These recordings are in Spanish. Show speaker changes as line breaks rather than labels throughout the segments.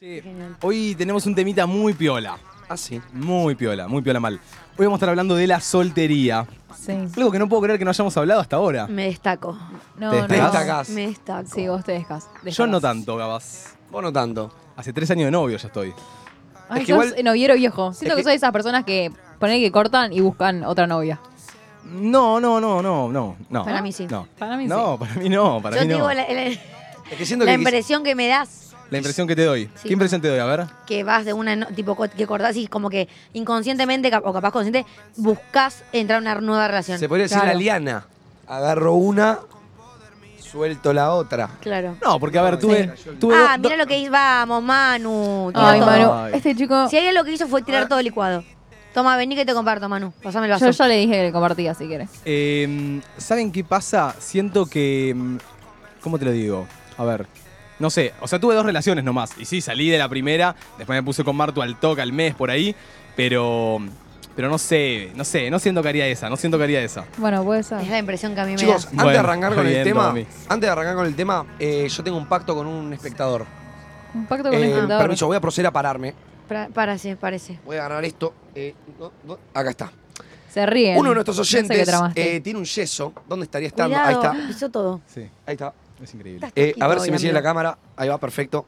Sí, hoy tenemos un temita muy piola.
Ah, sí.
Muy piola, muy piola mal. Hoy vamos a estar hablando de la soltería.
Sí.
Algo que no puedo creer que no hayamos hablado hasta ahora.
Me destaco.
No,
Te
no.
destacás.
Me destaco.
Sí, vos te dejas.
Yo no tanto, Gabas.
Vos no tanto.
Hace tres años de novio ya estoy.
Ay,
Es que
sos
igual-
noviero viejo.
es
Siento que,
que-
soy esas personas que ponen que cortan y buscan otra novia.
No, no, no, no, no, no.
Para mí sí.
No,
Para mí
no para mí no, para
Yo
mí
te
no.
digo
La...
la, la-
Es que siento
la
que.
impresión que me das
impresión que te doy.
Sí.
¿Qué impresión te doy? A ver.
que vas de una, no- tipo, co- que cortás y como que inconscientemente cap- o capaz consciente buscas entrar a una nueva relación.
Se podría decir
Claro.
la liana. Agarro una, suelto la otra.
Claro.
No, porque a ver,
Sí.
tuve. tuve
Ah,
do-
mira lo que hizo. Vamos, Manu.
Ah,
Tira
Ay,
todo.
Manu.
Maru, este chico.
Si alguien lo que hizo fue tirar todo licuado. Toma, vení que te comparto, Manu. Pásame el vaso.
Yo ya le dije que le compartía si quieres.
Eh, ¿Saben qué pasa? Siento que. mm, ¿Cómo te lo digo? A ver. No sé, o sea, tuve dos relaciones nomás. Y sí, salí de la primera, después me puse con Martu al toque al mes por ahí, pero. Pero no sé, no sé, no siento que haría esa, no siento que haría esa.
Bueno, puede
Es
ser.
la impresión que a mí me
Chicos,
da.
antes de
Bueno,
arrancar con
bien,
el tema,
Domi.
antes de arrancar con el tema, eh, yo tengo un pacto con un espectador.
Un pacto con
Eh,
el espectador.
permiso, voy a proceder a pararme.
Pra- parece, parece.
Voy a agarrar esto. eh, no, no, acá está.
Se ríen.
Uno de nuestros
No sé qué
oyentes
tramaste.
eh, tiene un yeso. ¿Dónde estaría estando? Ahí
Cuidado,
está.
pisó todo.
Sí,
Ahí está.
es increíble.
Eh, a ver
Poquito,
si me sigue la
obviamente.
cámara. Ahí va, perfecto.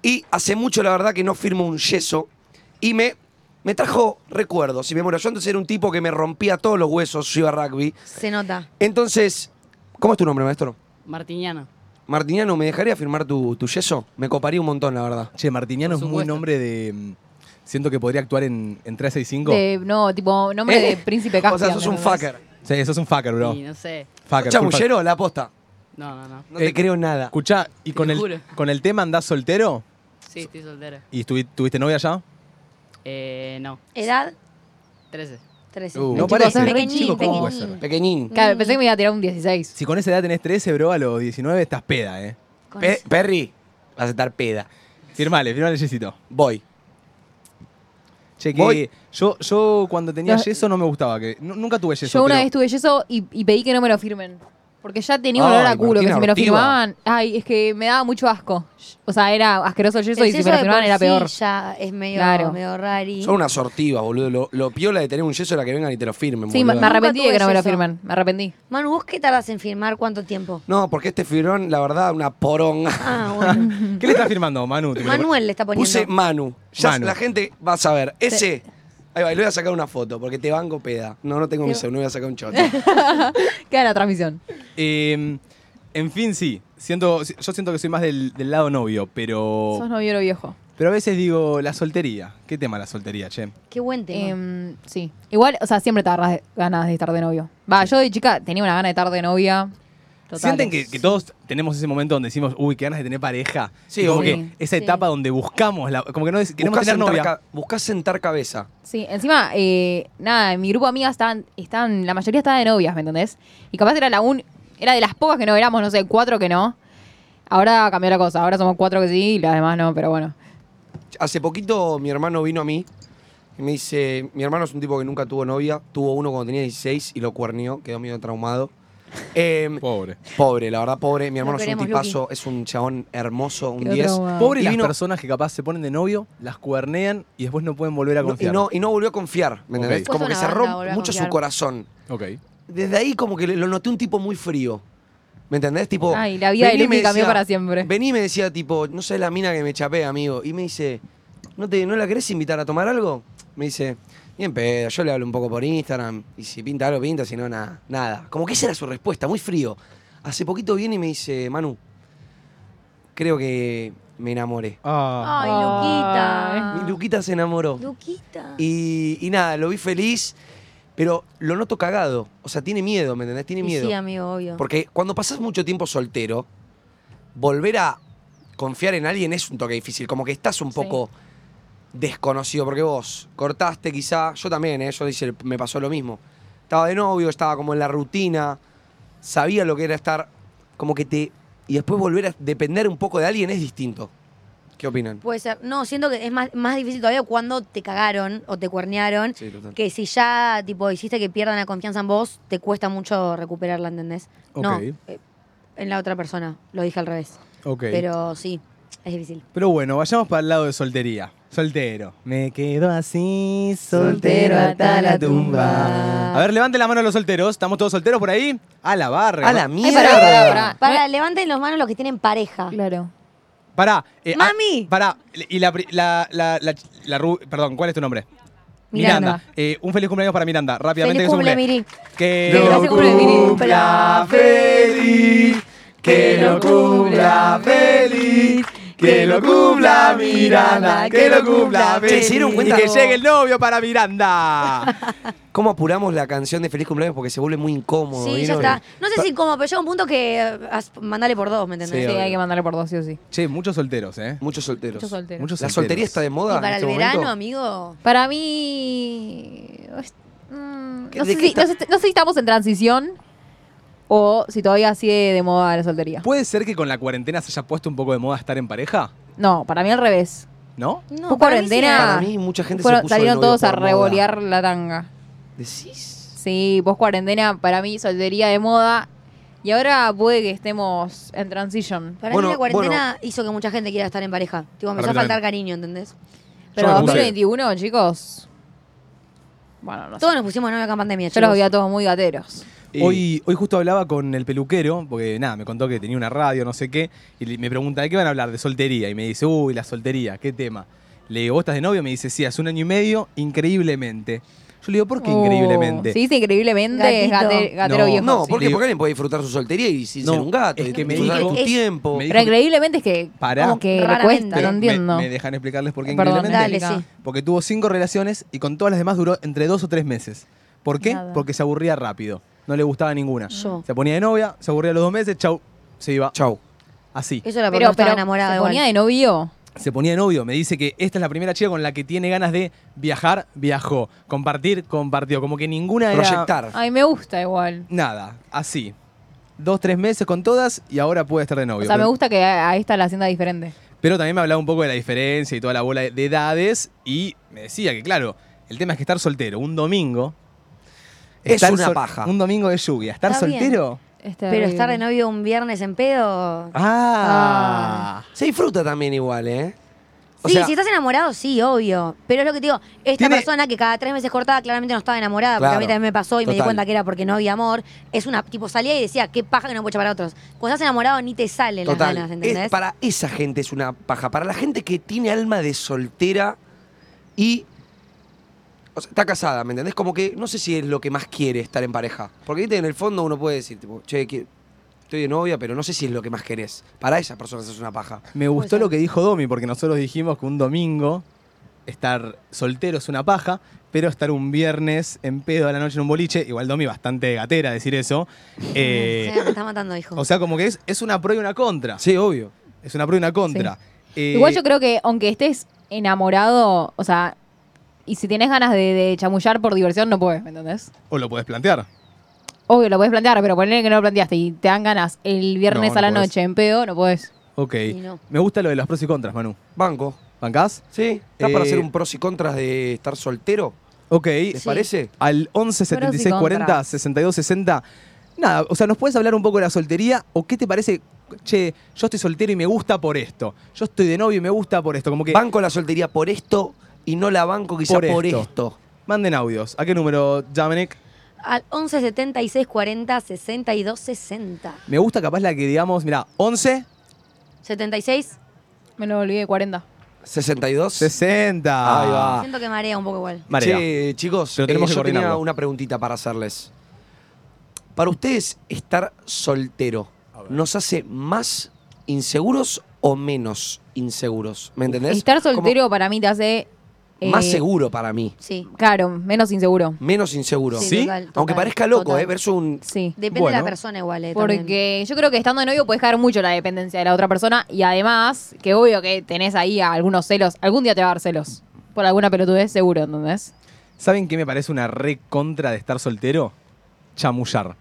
Y hace mucho, la verdad, que no firmo un yeso. Y me, me trajo recuerdos y memoria. Yo antes era un tipo que me rompía todos los huesos, yo iba a rugby.
Se nota.
Entonces, ¿cómo es tu nombre, maestro?
Martiniano.
Martiniano, ¿me dejaría firmar tu, tu yeso? Me coparía un montón, la verdad.
Che, Martiniano es
Por
muy
supuesto.
nombre de. mm, Siento que podría actuar en, en 365.
De- no, tipo, nombre
Eh,
de príncipe
O
Caspian.
sea, sos un
me parece.
fucker.
Sí, eso es un fucker, bro.
Y no sé.
Fucker. full fucker.
Chamullero, la aposta.
No, no, no.
No te
Eh,
creo nada.
Escuchá, ¿y
Te
con
lo
el,
juro.
con el tema andás soltero?
Sí, estoy soltera.
¿Y estuvi- tuviste novia ya?
Eh, no.
Edad
13.
13.
no
Uh,
chicos,
parece.
es re
Pequeñín,
chico, ¿cómo
puede ser?
Pequeñín.
Claro, pensé que me iba a tirar un 16.
Si con esa edad tenés 13, bro, a los 19 estás peda, eh.
Con
Pe-
eso.
Perry, vas a estar peda.
Firmale, firmale, Yesito.
Voy.
Che, que
Voy.
yo, yo cuando tenía
Los-
yeso no me gustaba. que nu- Nunca tuve yeso.
Yo una
pero-
vez tuve yeso y, y pedí que no me lo firmen. Porque ya tenía un
Ay,
olor a culo, que
Martina
si me lo
Ortiva.
firmaban. Ay, es que me daba mucho asco. O sea, era asqueroso el yeso
El
y si
yeso
me lo
de
firmaban
por
era
sí
peor.
Ya es medio,
Claro.
medio rari.
Son una sortiva, boludo. Lo, lo piola de tener un yeso era que vengan y te lo firmen,
Sí, me,
boludo.
me arrepentí
Nunca
de que no me lo
tuve yeso.
firmen. Me arrepentí.
Manu, ¿vos qué tardás en firmar cuánto tiempo?
No, porque este fibrón, la verdad, una poronga.
Ah, bueno.
¿Qué le estás firmando, Manu? Te-
Manuel le está poniendo.
Puse Manu. Ya
Manu.
la gente va a saber. Ese. Ahí va, le voy a sacar una foto porque te banco peda. No, no tengo mi celu, no voy a sacar un choto.
Queda en la transmisión.
Eh, en fin, sí. Siento, yo siento que soy más del, del lado novio,
Sos
pero.
noviero viejo.
Pero a veces digo, la soltería. ¿Qué tema la soltería, che?
Qué buen tema.
Em, sí. Igual, o sea, siempre te agarras de- ganas de estar de novio. Va, yo de chica tenía una gana de estar de novia. Total.
¿Sienten que, que todos tenemos ese momento donde decimos, uy, qué ganas de tener pareja?
Sí,
Y como
obvio.
que
Sí.
esa
Sí.
etapa donde buscamos la. Como que no es- queremos
Buscás
tener
sentar
novia.
ca- buscás sentar cabeza.
Sí, encima, eh, nada, en mi grupo de amigas estaban, estaban, la mayoría estaba de novias, ¿me entendés? Y capaz era la un, era de las pocas que no éramos, no sé, cuatro que no. Ahora cambió la cosa, ahora somos cuatro que sí y las demás no, pero bueno.
Hace poquito mi hermano vino a mí y me dice: Mi hermano es un tipo que nunca tuvo novia. Tuvo uno cuando tenía 16 y lo cuernió. Quedó medio traumado. Em,
Pobre.
pobre, la verdad, pobre. Mi hermano es un
queremos,
tipazo, es un chabón hermoso, un
Quedó
10.
traumado.
Pobre
Ah. Y
las
vino-
personas que capaz se ponen de novio, las cuernean y después no pueden volver a
No, y,
confiar.
no, y no volvió a confiar, ¿me
Ok.
entendés?
Puso
Como que
una
se
banda, volvió
rompe
a
mucho su
confiar.
corazón.
Ok.
Desde ahí como que lo noté un tipo muy frío. ¿Me entendés? Tipo.
Ay, la vida
vení
de
y me
Lupi cambió
decía-
para siempre.
Vení y me decía, tipo, no sé la mina que me chapé, amigo. Y me dice, ¿no, te, ¿no la querés invitar a tomar algo? Me dice, bien pedo, yo le hablo un poco por Instagram. Y si pinta algo, pinta, si no, nada. Nada. Como que esa era su respuesta, muy frío. Hace poquito viene y me dice, Manu, creo que me enamoré.
Ay,
Ah.
Mi
Luquita.
Luquita se enamoró.
Luquita.
Y, y nada, lo vi feliz, pero lo noto cagado. O sea, tiene miedo, ¿me entendés? Tiene
Y
miedo.
Sí, amigo, obvio.
Porque cuando pasas mucho tiempo soltero, volver a confiar en alguien es un toque difícil. Como que estás un
Sí.
poco desconocido, porque vos cortaste quizá, yo también, ¿eh? yo dice, me pasó lo mismo. Estaba de novio, estaba como en la rutina, sabía lo que era estar, como que te... Y después volver a depender un poco de alguien es distinto. ¿Qué opinan?
Puede ser. No, siento que es más, más difícil todavía cuando te cagaron o te cuernearon.
Sí, total.
Que si ya, tipo, hiciste que pierdan la confianza en vos, te cuesta mucho recuperarla, ¿entendés? No,
Ok.
eh, en la otra persona. Lo dije al revés.
Ok.
Pero sí. Es difícil.
Pero bueno, vayamos para el lado de soltería. Soltero. Me quedo así,
soltero hasta la tumba.
A ver, levanten la mano los solteros. ¿Estamos todos solteros por ahí? A la barra.
A la
Ay,
mierda.
pará, pará, pará.
Para, levanten las manos los que tienen pareja.
Claro.
Pará. eh,
¡Mami!
ah, pará. Y la, pri- la, la, la ch- la ru- Perdón, ¿cuál es tu nombre?
Miranda.
Eh, un feliz cumpleaños para Miranda. Rápidamente.
Feliz
que es un
cumple,
ble-
Miri.
Que
Que no cumpla
feliz. Que lo cumpla feliz. Que lo cumpla Miranda. Que lo cumpla
Che,
feliz.
¿se dieron
Y
cuenta?
que llegue el novio para Miranda.
¿Cómo apuramos la canción de Feliz Cumpleaños? Porque se vuelve muy incómodo.
Sí,
¿vieron?
ya está. No sé si como, pero llega un punto que eh, as- mandale por dos, ¿me
Sí,
entendés?
obvio.
hay que mandarle por dos, sí o sí.
che, muchos solteros, ¿eh?
Muchos solteros.
Muchos solteros.
Muchos
¿La
solteros.
soltería está de
y
moda?
para
en
el
este
verano,
momento?
amigo.
Para mí. es- mm,
¿Qué-
No
de
sé,
qué
si, no sé- no sé si estamos en transición o si todavía sigue de moda la soltería.
¿Puede ser que con la cuarentena se haya puesto un poco de moda estar en pareja?
No, para mí al revés.
¿No?
No,
Fue
para mí sí
cuarentena.
era.
Para mí mucha gente
Fueron-
se puso de
salieron
novio
todos a
por moda.
revolear la tanga.
¿Decís?
Sí, post cuarentena, para mí soltería de moda. Y ahora puede que estemos en transition.
Para
Bueno,
mí la cuarentena hizo que mucha gente quiera estar en pareja. Tipo, empezó a
mí
faltar cariño, ¿entendés?
Pero
me puse-
2021, chicos. Bueno, no sé.
Todos nos pusimos en la pandemia,
Yo los
chicos.
veía todos muy gateros.
Y-
Hoy, hoy justo hablaba con el peluquero, porque nada, me contó que tenía una radio, no sé qué, y le- me pregunta, ¿de qué van a hablar? De soltería. Y me dice, uy, la soltería, qué tema. Le digo, ¿vos estás de novio? Me dice, sí, hace un año y medio, increíblemente. Yo le digo, ¿por qué increíblemente?
Oh, Sí, dice increíblemente. Es
Gatito.
gate- gatero
No,
viejo.
No,
sí.
porque
Digo-
porque alguien puede disfrutar su soltería y sin
No,
ser un gato.
es
y
que me
disfrutar
dijo-
tu
es-
tiempo.
me dijo
Pero increíblemente es que.
Pará.
Como que
Raramente.
le cuesta,
Pero
no
me-
entiendo.
Me, dejan explicarles por qué
Perdón,
increíblemente.
dale,
explica.
sí.
Porque tuvo cinco relaciones y con todas las demás duró entre dos o tres meses. ¿Por qué?
Nada.
Porque se aburría rápido. No le gustaba ninguna.
Yo.
Se ponía de novia, se aburría los dos meses, chau, se iba.
Chau.
Así.
Eso era porque
Pero,
no estaba
pero
enamorada
se
igual.
ponía de novio.
Se ponía de novio, me dice que esta es la primera chica con la que tiene ganas de viajar, viajó. Compartir, compartió. Como que ninguna era.
Proyectar.
Ay, me gusta igual.
Nada, así. Dos, tres meses con todas y ahora puede estar de novio.
O sea, me
Pero-
gusta que a a esta la hacienda diferente.
Pero también me hablaba un poco de la diferencia y toda la bola de edades y me decía que, claro, el tema es que estar soltero un domingo...
Es
estar
una
sol-
paja.
Un domingo de lluvia. ¿Estar
Está bien.
soltero?
Este
Pero estar de
horrible.
novio un viernes en pedo.
Ah.
Se disfruta también igual, ¿eh? O
sí,
sea,
si estás enamorado, sí, obvio. Pero es lo que te digo, esta
Tiene-
persona que cada tres meses cortaba claramente no estaba enamorada,
Claro.
porque a mí también me pasó y me di
Total.
cuenta que era porque no había amor. Es una, tipo, salía y decía, qué paja que no puedo para otros. Cuando estás enamorado ni te salen
Total.
las ganas,
es-
¿entendés?
para esa gente es una paja. Para la gente que tiene alma de soltera y. o sea, está casada, ¿me entendés? Como que no sé si es lo que más quiere estar en pareja. Porque ¿viste? en el fondo uno puede decir, tipo, che, qui- estoy de novia, pero no sé si es lo que más querés. Para esas personas es una paja.
Me gustó lo que dijo Domi, porque nosotros dijimos que un domingo estar soltero es una paja, pero estar un viernes en pedo a la noche en un boliche, igual Domi bastante gatera decir eso. eh,
O sea, me está matando, hijo.
o sea, como que es, es una pro y una contra.
Sí, obvio.
Es una pro y una contra. Eh,
Igual yo creo que aunque estés enamorado, o sea, y si tenés ganas de, de chamullar por diversión, no puedes, ¿me entendés?
O lo puedes plantear.
Obvio, lo puedes plantear, pero ponele que no lo planteaste y te dan ganas el viernes
No, no
a la
podés.
noche en pedo, no puedes.
Ok.
Y no.
Me gusta lo de los pros y contras, Manu.
Banco.
¿Bancás?
Sí. ¿Está para
Eh,
hacer un pros y contras de estar soltero?
Ok.
¿Les parece?
al 11 76 40
contras.
62 60. Nada, o sea, ¿nos puedes hablar un poco de la soltería? ¿O qué te parece? Che, yo estoy soltero y me gusta por esto. Yo estoy de novio y me gusta por esto. Como que
Banco la soltería por esto y no la banco quizá
Eh, Por
por,
esto.
esto.
manden audios. ¿A qué número, Dominic?
Al 11 76 40 62 60.
Me gusta capaz la que digamos, mira, 11
76.
Me lo olvidé, 40.
62.
60.
Ahí va. Ah.
Siento que marea un poco igual.
Marea.
Che, chicos,
Pero tenemos
eh,
que
yo tenía
coordinarlo.
una preguntita para hacerles. Para ustedes, estar soltero nos hace más inseguros o menos inseguros, ¿me entendés?
Estar soltero para mí te hace...
Como más
eh,
seguro para mí,
Sí.
Claro, menos inseguro.
menos inseguro.
¿Sí?
total,
Aunque
total,
parezca loco,
total.
eh, versus un
Sí.
Depende de
Bueno.
la persona igual, eh, también.
Porque yo creo que estando de novio puedes caer mucho en la dependencia de la otra persona y además, que obvio que tenés ahí algunos celos, algún día te va a dar celos. Por alguna pelotudez, seguro, ¿entendés?
¿Saben qué me parece una re contra de estar soltero? Chamullar.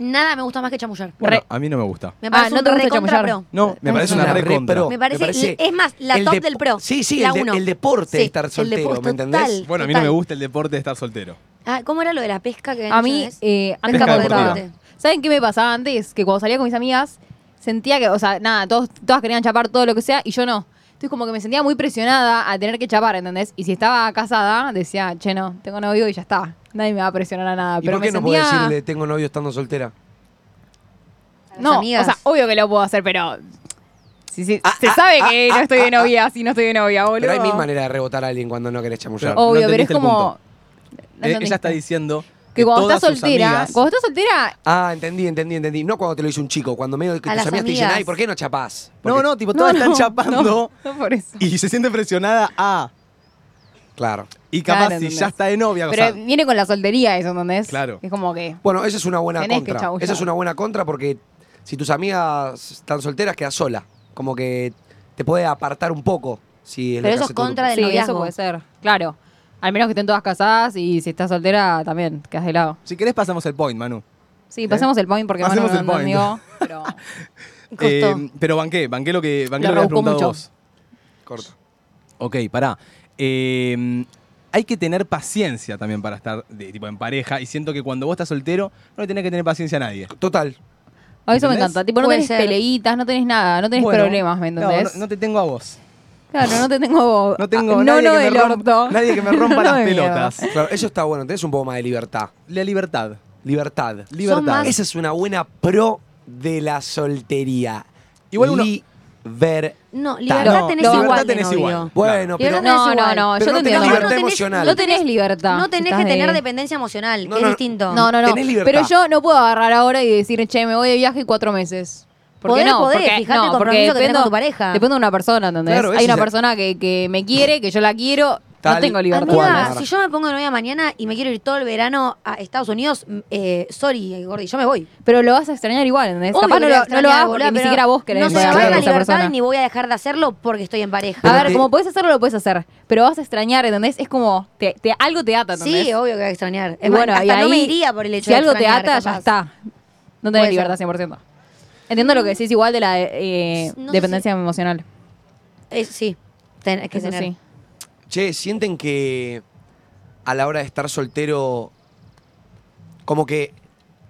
Nada me gusta más que chamullar.
Bueno,
Re-
a mí no me gusta.
Me parece
Ah, ¿no
un
te gusta
recontra
chamullar?
pro.
No, me
No,
parece
es
una
una
re
re
contra.
pro.
Me parece,
Me parece
es más, la
el
top
dep-
del pro.
Sí, sí,
la
el de-
uno.
el deporte de estar
el
soltero,
deporte,
¿me entendés?
total, Ah,
Bueno, a mí no me
total.
gusta el deporte de estar soltero.
Ah, ¿Cómo era lo de la pesca que
A mí,
antes
eh, antes
Pesca
me
deportiva.
gustaba. ¿Saben qué me pasaba antes? Que cuando salía con mis amigas, sentía que, o sea, nada, todos, todas querían chapar todo lo que sea y yo no. Entonces como que me sentía muy presionada a tener que chapar, ¿entendés? Y si estaba casada, decía, che, no, tengo novio y ya está. Nadie me va a presionar a nada.
¿Y
pero
por qué
me
no puedo
sentía-
decirle tengo novio estando soltera?
Las
No,
amigas.
o sea, obvio que lo puedo hacer, pero... sí, sí, se sabe que no estoy de novia, si no estoy de novia, boludo.
Pero hay mil maneras de rebotar a alguien cuando no querés chamullar.
oh.
Claro.
Obvio,
No
pero es
entendiste el
como... No
Eh,
entendiste.
ella está diciendo
que cuando estás
todas sus
soltera,
amigas-
cuando estás soltera,
Ah, entendí, entendí, entendí. No cuando te lo hizo un chico, cuando medio que
A
tus
las
amigas te dicen,
amigas.
ay, ¿por qué no chapás?
No,
Porque-
no, tipo, todas
no,
están
no,
chapando
no, no por eso.
y se siente presionada a.
Claro.
Y capaz
Claro,
si
¿entendés?
ya está de novia, o
Pero
sea,
viene con la soltería eso, ¿entendés?
Claro.
Es como que...
Bueno, esa es una buena
Tenés que
contra.
chamullar.
Esa es una buena contra porque si tus amigas están solteras, quedas sola. Como que te puede apartar un poco. Si es lo
Pero
que
eso
hace
es
tu
contra
grupo.
del
Sí, eso
noviazgo.
puede ser. Claro. Al menos que estén todas casadas y si estás soltera también, quedas de lado.
si querés pasamos el point, Manu.
Sí, pasemos el point porque
Pasemos
Manu
el
no
point.
entendió, pero
Costó.
Eh, pero banqué, banqué lo que, banqué
La
lo que habías
rebuscó
preguntado
mucho.
vos.
Corta.
Ok, pará. Eh, hay que tener paciencia también para estar de, tipo, en pareja. Y siento que cuando vos estás soltero, no le tenés que tener paciencia a nadie.
Total.
a eso me
¿Entendés?
encanta. Tipo, no
Puede
tenés
ser.
peleitas, no tenés nada, no tenés
Bueno,
problemas, ¿me
claro,
entendés?
No, no te tengo a vos.
Claro, no te tengo.
No tengo
ah,
nadie,
no,
que
del
me rompa,
orto.
nadie que me rompa
No,
las
de mierda.
pelotas.
Claro, eso está bueno. Tenés un poco más de libertad.
La libertad.
Libertad.
Libertad.
más-
Esa es una buena pro de la soltería.
Igual uno-
Liber-
no, libertad
No,
tenés
no,
igual.
libertad
de
tenés
novio.
igual.
Bueno,
Claro.
pero...
Libertad
No, no,
igual.
no,
Pero
yo
no
te
tenés
entiendo.
libertad
No tenés-
emocional.
No tenés libertad.
No tenés que
Estás de-
tener dependencia emocional,
No,
que
no,
es distinto.
No, no, no.
Tenés libertad.
Pero yo no puedo agarrar ahora y decir, che, me voy de viaje cuatro meses. ¿Por qué
Podés,
no?
podés,
porque,
fijate
no,
el
porque
compromiso que tenés
dependo-
con tu pareja.
Depende de una persona, ¿entendés?
Claro, ese
Hay una
es el-
persona que, que me quiere, que yo la quiero.
Tal-
No tengo libertad.
Amiga,
Cuadra.
si yo me pongo de novia mañana y me quiero ir todo el verano a Estados Unidos, mm, eh, sorry, Gordi, yo me voy.
Pero lo vas a extrañar igual, ¿entendés?
Obvio
Capaz
que
no
voy a
lo, no lo
extrañar,
hagas
boluda,
porque ni
pero
siquiera vos querés
No se
volver
me va
a
la
esa
libertad
persona.
ni voy a dejar de hacerlo porque estoy en pareja.
A
Pero
ver,
te-
como podés hacerlo, lo podés hacer. Pero vas a extrañar, ¿entendés? Es como, te, te- algo te ata, ¿entendés?
Sí, obvio que voy a extrañar.
Y
Es más, hasta
y
no me
ahí,
iría por el hecho
Si
de
algo te
extrañar,
ata, ya
capaz.
está. No tenés
Puede
libertad 100%. Entiendo lo que decís igual de la eh,
No sé
dependencia emocional.
Eh, sí, ten- es que
Eso
tener.
sí.
Che, ¿sienten que a la hora de estar soltero como que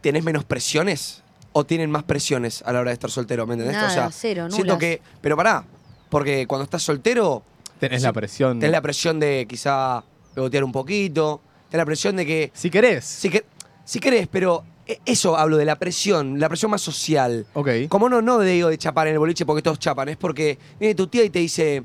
tenés menos presiones? ¿O tienen más presiones a la hora de estar soltero? ¿Me entendés?
Nada,
o sea,
cero,
siento
nulas.
que... Pero pará, porque cuando estás soltero
Tenés
Sí.
la presión.
Mm.
tenés la presión de quizá pegotear un poquito, tenés la presión de que...
Si querés.
Si, que, si querés, pero e- eso hablo de la presión, la presión más social.
Ok.
Como no, no digo de chapar en el boliche porque todos chapan, es porque viene tu tía y te dice,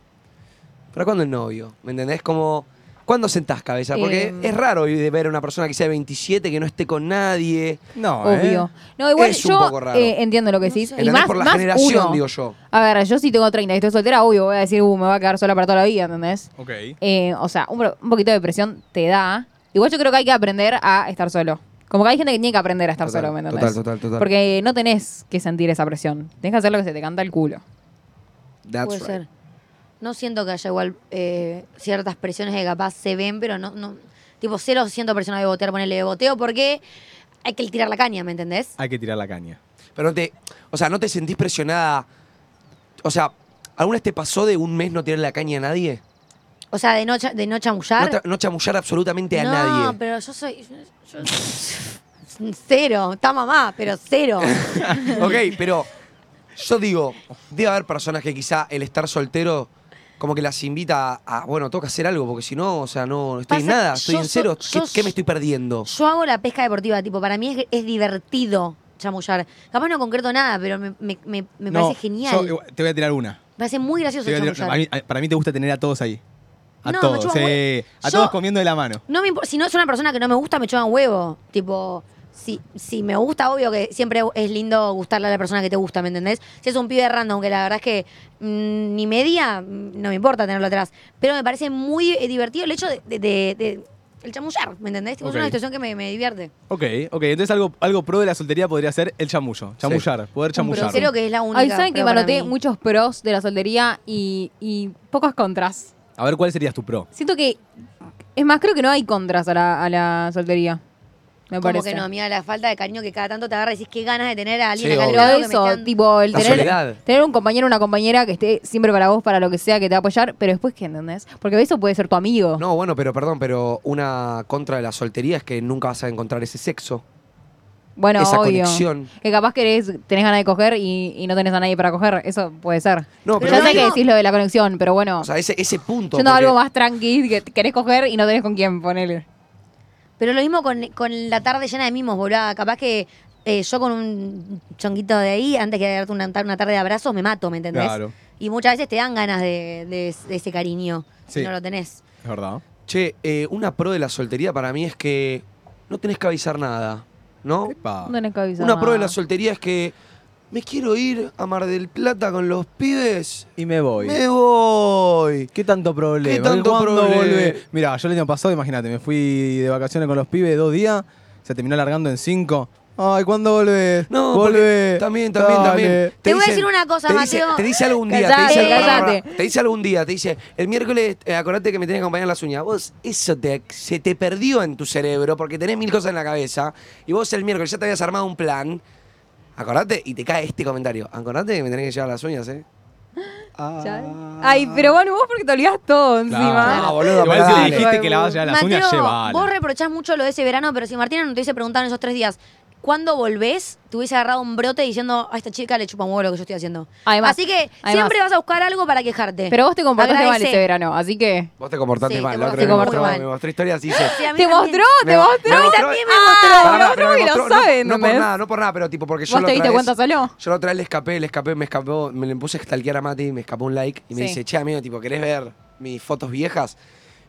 ¿para cuándo el novio? ¿Me entendés? Como, ¿cuándo sentás cabeza? Porque
Em.
es raro hoy de ver a una persona que sea de 27 que no esté con nadie.
No,
Obvio.
¿eh?
No, igual
Es un
yo
poco raro.
eh, entiendo lo que decís.
sé.
Y
¿Entendés?
más,
Por la
más
generación,
uno.
digo yo.
A ver, yo si tengo 30 y estoy soltera, obvio, voy a decir, uh, me voy a quedar sola para toda la vida, ¿entendés?
Ok.
Eh, o sea, un, pro- un poquito de presión te da. Igual yo creo que hay que aprender a estar solo. Como que hay gente que tiene que aprender a estar
Total,
solo, ¿me entendés?
total, total, total.
Porque no tenés que sentir esa presión. Tenés que hacer lo que se te canta el culo.
That's
Puede
right.
ser. No siento que haya igual eh, ciertas presiones que capaz se ven, pero no, no tipo cero siento presiones de botear, ponerle de boteo, porque hay que tirar la caña, ¿me entendés?
Hay que tirar la caña.
Pero no te, o sea, no te sentís presionada. O sea, ¿alguna vez te pasó de un mes no tirar la caña a nadie?
O sea, de no, cha- de no
No,
chamullar.
tra- no chamullar absolutamente a
no,
nadie.
pero yo soy. yo- yo- cero. Está mamá, pero cero.
Ok, pero yo digo, debe haber personas que quizá el estar soltero como que las invita a, a, bueno, toca hacer algo, porque si no, o sea, no, no estoy en
Pasa-
nada, estoy
yo
en
so-
cero, ¿qué,
yo
qué me
so-
estoy perdiendo?
Yo hago la pesca deportiva, tipo, para mí es, es divertido chamullar. Capaz no concreto nada, pero me, me- me- me
No,
parece genial.
yo, igual, te voy a tirar una.
me parece muy gracioso
Te voy a tirar-
chamullar.
a mí- a- para mí te gusta tener a todos ahí. A
No, me
todos.
chupa un
eh,
huevo.
a
Yo-
todos comiendo de la mano.
No me impo- si no es una persona que no me gusta, me chupan huevo. Tipo, si, si me gusta, obvio que siempre es lindo gustarle a la persona que te gusta, ¿me entendés? Si es un pibe random, que la verdad es que mm, ni media, mm, no me importa tenerlo atrás. Pero me parece muy eh, divertido el hecho de, de- de- de- el chamullar, ¿me entendés? Tipo,
Ok.
Es una situación que me, me divierte.
Ok, ok. Entonces algo, algo pro de la soltería podría ser el chamullo. Chamullar. Poder chamullar.
Creo que es la única.
Ahí saben que
pero para
manoteé
mí.
muchos pros de la soltería y, y pocas contras.
A ver, ¿cuál serías tu pro?
Siento que. Es más, creo que no hay contras a la, a la soltería. Me
Como
parece.
que no, mira, la falta de cariño que cada tanto te agarra y decís qué ganas de tener a alguien
Sí,
acá al
obvio.
Pero
lado que me
eso,
están-
tipo, el
La soledad.
tener, tener un compañero o una compañera que esté siempre para vos, para lo que sea, que te va a apoyar, pero después, ¿qué entendés? Porque eso puede ser tu amigo.
No, bueno, pero perdón, pero una contra de la soltería es que nunca vas a encontrar ese sexo.
Bueno,
esa
obvio.
conexión.
Que capaz querés, tenés ganas de coger y, y no tenés a nadie para coger. Eso puede ser.
No,
Pero
ya
no
sé que
digo-
decís lo de la conexión, pero bueno.
O sea, ese, ese punto.
Yo no
porque-
algo más tranqui, que querés coger y no tenés con quién ponerle.
Pero lo mismo con, con la tarde llena de mimos, boludo. Capaz que eh, yo con un chonguito de ahí, antes que darte una, una tarde de abrazos, me mato, ¿me entendés?
Claro.
Y muchas veces te dan ganas de, de- de ese cariño
Sí.
si no lo tenés.
Es verdad.
Che, eh, una pro de la soltería para mí es que no tenés que avisar nada, ¿no?
Epa.
No tenés que avisar
Una pro de la
nada.
soltería es que me quiero ir a Mar del Plata con los pibes.
Y me voy.
Me voy.
¿Qué tanto problema?
¿Qué tanto
¿Cuándo
problema?
volvés? Mirá, yo el año pasado, imagínate, me fui de vacaciones con los pibes dos días, se terminó alargando en cinco. Ay, ¿cuándo volvés?
No, porque
volvés.
también, también,
Dale.
también.
Te voy a decir una cosa,
te dice-
Mateo.
te dice algún día,
Cállate,
te dice algún-
cállate.
pará, pará, te dice algún día, te dice, el miércoles, eh, acordate que me tenés que acompañar las uñas. Vos, eso te- se te perdió en tu cerebro porque tenés mil cosas en la cabeza y vos el miércoles ya te habías armado un plan. Acordate y te cae este comentario. Acordate que me tenés que llevar las uñas, ¿eh?
Ya- Ay, pero bueno, vos porque te olvidás todo encima.
Claro.
Ah, boludo,
Igual
pero
si
dale.
dijiste que la vas a llevar a las uñas, llévala.
vos reprochás mucho lo de ese verano, pero si Martina no te hubiese preguntado en esos tres días, ¿cuándo volvés? Te hubiese agarrado un brote diciendo, a esta chica le chupa un huevo lo que yo estoy haciendo.
Además,
Así que
además.
siempre vas a buscar algo para quejarte.
Pero vos te comportaste mal
Agradece.
ese verano, así que.
Vos te comportaste
Sí, te
mal, la
portaste
otra vez me
muy
mostró,
mal.
me mostró historias y dice.
Sí, a mí
Te
también.
mostró,
Me-
te mostró.
me mostró-
también me mostró.
Ah,
Pará,
lo
pero
mostró y
me
lo
mostró- no-
saben,
No, por
¿entendés?
nada, no por nada, pero tipo, porque yo
¿Vos
la
te
otra
diste
vez-
cuenta solo?
Yo la otra vez le escapé, le escapé, me escapó, me le puse a stalkear a Mati, me escapó un like y me
Sí.
dice, che, amigo, tipo, ¿querés ver mis fotos viejas?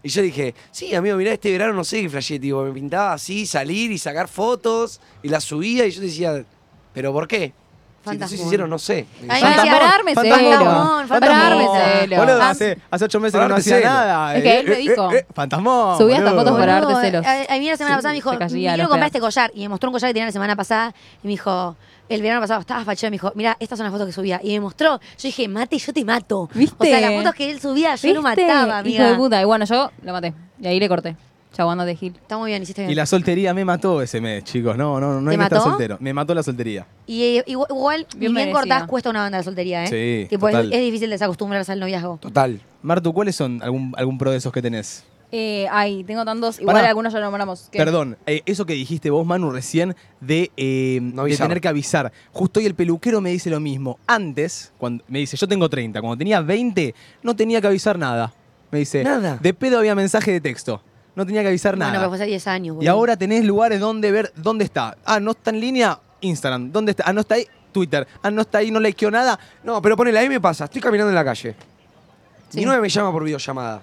Y yo dije, sí, amigo, mirá, este verano no sé qué flashé, tipo, me pintaba así, salir y sacar fotos y las subía y yo decía, ¿pero por qué? Si no se
Fantasmón.
hicieron, no sé.
Ay,
Fantasmón,
decía,
pararme
fantasmón,
cero.
fantasmón.
Pararme cero.
Boludo,
Ah,
hace, hace ocho meses que no
Pararte
hacía
cero.
nada. Eh,
Es que
eh,
él me dijo.
fantasmón.
Subí hasta fotos
para
para-
Boludo, eh,
darte celos.
A, a mí la semana
Sí,
pasada me dijo,
se
me
caía
quiero
los
comprar
pedazos.
este collar. Y me mostró un collar que tenía la semana pasada y me dijo, el verano pasado estaba fachero. Me dijo, mira, estas son las fotos que subía. Y me mostró. Yo dije, mate, yo te mato. O
¿Viste?
sea, las fotos que él subía, yo lo
¿Viste?
mataba,
Hijo de
amiga.
puta. Y bueno, yo lo maté. Y ahí le corté. Chau, andate, Gil.
Está muy bien, hiciste bien.
Y la soltería me mató ese mes, chicos. No, no, no
¿Te
hay que estar
mató?
soltero. Me mató la soltería.
Y, eh, igual, igual, ni
Bien
bien
merecido.
cortás, cuesta una banda de soltería, ¿eh?
Sí,
Tipo, es,
total.
es difícil desacostumbrarse al noviazgo.
Total.
Martu, ¿cuáles son algún, algún pro de esos que tenés?
Eh, ay, tengo tantos. Igual
Pará.
algunos ya lo nombramos. ¿Qué?
Perdón, eh, eso que dijiste vos, Manu, recién de, eh,
No
de
avisar.
tener que avisar. Justo hoy el peluquero me dice lo mismo. Antes, cuando me dice, yo tengo 30, cuando tenía 20, no tenía que avisar nada. Me dice,
Nada.
De pedo había mensaje de texto. No tenía que avisar
Bueno,
nada.
pero fue hace 10
y
años, boludo.
ahora tenés lugares donde ver dónde está. Ah, no está en línea, Instagram. ¿Dónde está? Ah, no está ahí, Twitter. Ah, no está ahí, no likeó nada.
No, pero ponele, ahí me pasa, estoy caminando en la calle.
Sí.
Mi novia me llama por videollamada.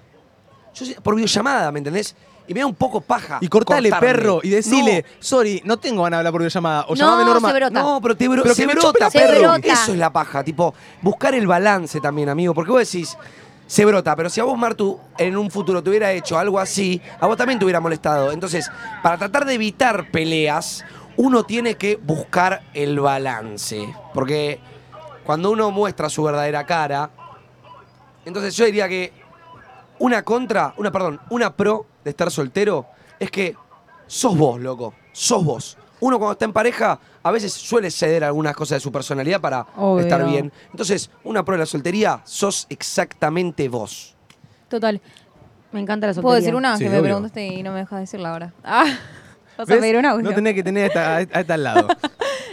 Yo sé- por videollamada, ¿me entendés? Y me da un poco paja.
Y cortale,
Ah, cortarme.
perro, y decile, sorry, no tengo ganas de hablar por videollamada. O llamame
No,
normal.
se brota.
No, no, pero te bro-
Pero
se
que me
brota,
chupe
la
perro.
Se brota.
Eso es la paja, tipo, buscar el balance también, amigo. Porque vos decís, se brota, pero si a vos, Martu, en un futuro te hubiera hecho algo así, a vos también te hubiera molestado. Entonces, para tratar de evitar peleas, uno tiene que buscar el balance. Porque cuando uno muestra su verdadera cara, entonces yo diría que una contra, una, perdón, una pro de estar soltero es que sos vos, loco. Sos vos. Uno cuando está en pareja a veces suele ceder algunas cosas de su personalidad para
Obvio.
estar bien. Entonces, una pro de la soltería, sos exactamente vos.
Total.
Me encanta la soltería.
¿Puedo decir una
Sí,
que me
obvio.
preguntaste y no me dejas decirla ahora? Ah, vas
¿Ves?
a pedir un audio.
No tenés que tener esta- a esta al lado.